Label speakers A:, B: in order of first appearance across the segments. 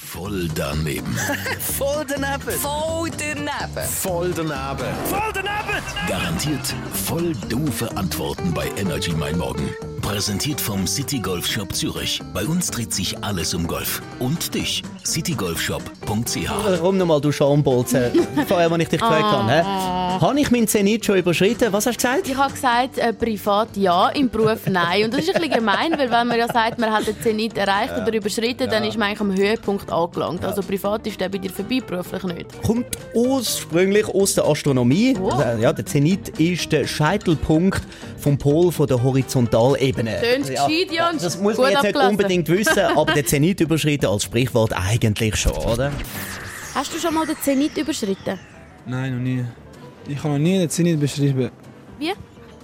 A: Voll daneben.
B: Voll daneben.
C: Voll daneben.
A: Voll daneben. Garantiert voll doofe Antworten bei Energy Mein Morgen. Präsentiert vom City Golf Shop Zürich. Bei uns dreht sich alles um Golf. Und dich, citygolfshop.ch.
B: Warum nochmal, du Schambolzen? Vorher, als ich dich gefragt habe. hä? Habe ich meinen Zenit schon überschritten? Was hast du gesagt?
D: Ich habe gesagt, äh, privat ja, im Beruf nein. Und das ist ein bisschen gemein, weil wenn man ja sagt, man hat den Zenit erreicht oder überschritten, dann ist man eigentlich am Höhepunkt angelangt. Also privat ist der bei dir vorbei, beruflich nicht.
B: Kommt ursprünglich aus der Astronomie.
D: Oh.
B: Äh, Ja, der Zenit ist der Scheitelpunkt vom Pol von der Horizontalebene.
D: Tönt gescheit, ja, und
B: Das muss
D: gut
B: man jetzt nicht
D: abgelesen.
B: unbedingt wissen, aber der Zenit überschritten als Sprichwort eigentlich schon, oder?
D: Hast du schon mal den Zenit überschritten?
E: Nein, noch nie. Ich habe noch nie den Zenit beschrieben.
D: Wie?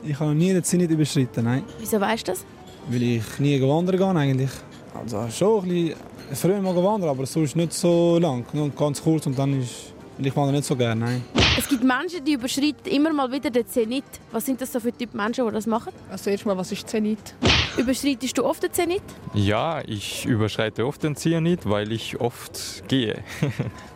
E: Ich habe noch nie den Zenit überschritten, nein.
D: Wieso weißt du das?
E: Weil ich nie wandern gehe eigentlich. Also schon ein bisschen früher mal gewandert, aber sonst nicht so lang. Nur ganz kurz und dann ist... Weil ich wandere nicht so gerne, nein.
D: Es gibt Menschen, die überschreiten immer mal wieder den Zenit. Was sind das so für Typen Menschen, die das machen?
F: Also erstmal, was ist Zenit?
D: Überschreitest du oft den Zenit?
G: Ja, ich überschreite oft den Zenit, weil ich oft gehe.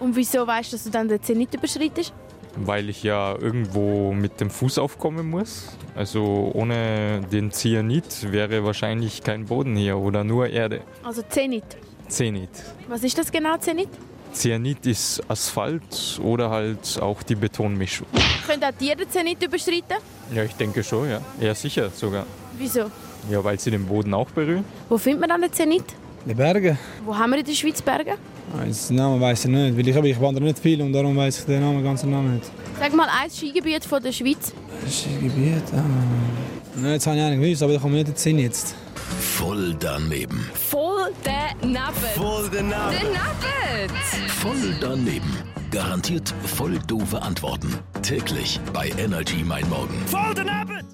D: Und wieso weißt du, dass du dann den Zenit überschreitest?
G: Weil ich ja irgendwo mit dem Fuß aufkommen muss. Also ohne den Zenit wäre wahrscheinlich kein Boden hier oder nur Erde.
D: Also Zenit.
G: Zenit.
D: Was ist das genau, Zenit?
G: Zenit ist Asphalt oder halt auch die Betonmischung.
D: Könnt auch Tiere den Zenit überschreiten?
G: Ja, ich denke schon, ja. Ja, sicher sogar.
D: Wieso?
G: Ja, weil sie den Boden auch berühren.
D: Wo findet man dann den Zenit?
E: Die Berge?
D: Wo haben wir in der Schweiz Berge?
E: Also, den Namen weiss ich nicht, weil ich, eben- ich wandere nicht viel und darum weiss ich den Namen, ganzen Namen nicht.
D: Sag mal ein Skigebiet von der Schweiz.
E: Das ist ein Gebiet, ähm... Nein, jetzt habe ich einen gewusst, aber ich habe mir nicht den Zenit jetzt.
A: Voll daneben.
C: Voll daneben.
B: Voll
C: Daneben.
A: Voll daneben. Garantiert voll doofe Antworten. Täglich bei Energy Mein Morgen.